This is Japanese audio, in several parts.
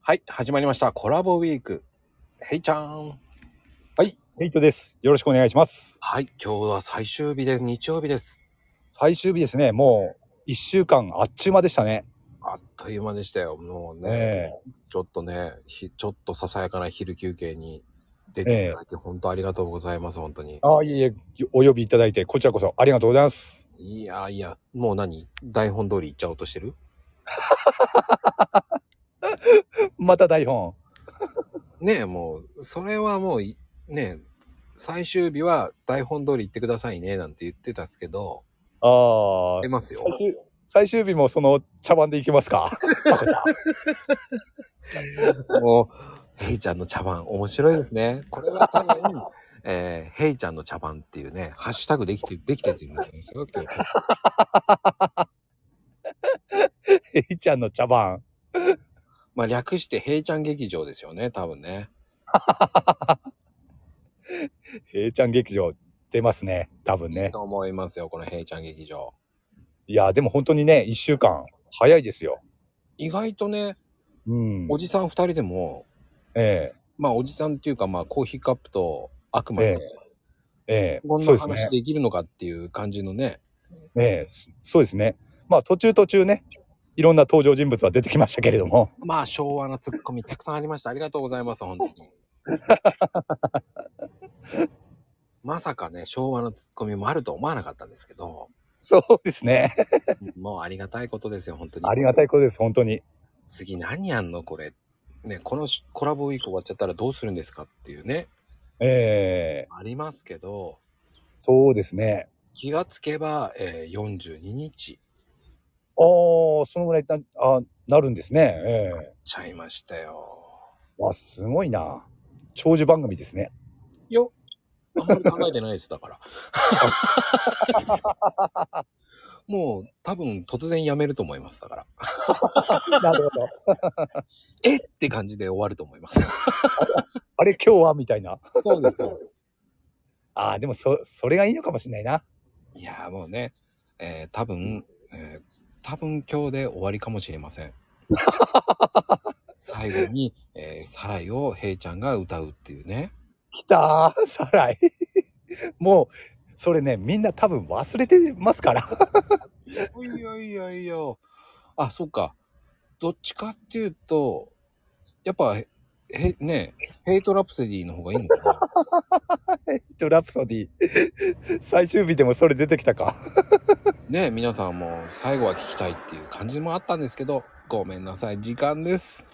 はい、始まりました。コラボウィーク。ヘイちゃん。はい、ヘイトです。よろしくお願いします。はい、今日は最終日で日曜日です。最終日ですね。もう一週間あっちゅう間でしたね。あっという間でしたよ。もうね、えちょっとね、ひちょっとささやかな昼休憩に出ていただき、本当ありがとうございます。本当に。ああ、いえいえ、お呼びいただいて、こちらこそありがとうございます。いやいや、もう何台本通り行っちゃおうとしてるまた台本。ねえ、もう、それはもうい、ねえ、最終日は台本通り行ってくださいね、なんて言ってたんですけど、あありあ、ますよ。最終最終日もその茶番でいきます か。もう、ヘイちゃんの茶番、面白いですね。これは多分、 えー、ヘイちゃんの茶番っていうね、ハッシュタグできて、できてるんじゃないですか、今日。ヘイちゃんの茶番。まあ、略してヘイちゃん劇場ですよね、多分ね。ヘイちゃん劇場出ますね。多分ね。と思いますよ、このヘイちゃん劇場。いや、でも本当にね、一週間早いですよ。意外とね、うん。おじさん二人でも、えまあ、おじさんっていうか、まあ、コーヒーカップと悪魔でえ、えええこんそうなですね話。できるのかっていう感じのね、ええそうですね。まあ途中途中ね、いろんな登場人物は出てきましたけれども。まあ、昭和のツッコミたくさんありました。ありがとうございます、本当に。まさかね、昭和のツッコミもあると思わなかったんですけど、そうですね。もうありがたいことですよ、本当に。ありがたいことです、本当に。次何やんのこれ。ね、このしコラボウィーク終わっちゃったらどうするんですかっていうね、ええありますけど、そうですね。気がつけば、えー42日ああ、そのぐらいなあなるんですね。ええちゃいましたよ。わ、すごいな。長寿番組ですね。よあんまり考えてないです、だから。 もう多分突然やめると思います、だから。なるほど。えって感じで終わると思います。あれ、今日はみたいな。そうです、そうです。ああ、でもそ、それがいいのかもしれないな。 いやーもうね、えー、多分、えー、多分今日で終わりかもしれま せん。最後に、えー、サライをヘイちゃんが歌うっていうね。きたー、サライ。 もう、それね、みんな多分忘れてますから。おいよいよいよ。あ、そっか。どっちかっていうと、やっぱ、へ、へね、ヘイトラプソディの方がいいのかなドラプソディ。最終日でもそれ出てきたか。ね皆さんも最後は聞きたいっていう感じもあったんですけどごめんなさい時間です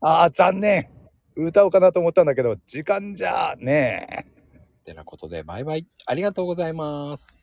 ああ、残念。歌おうかなと思ったんだけど、時間じゃねえ。てなことでバイバイありがとうございます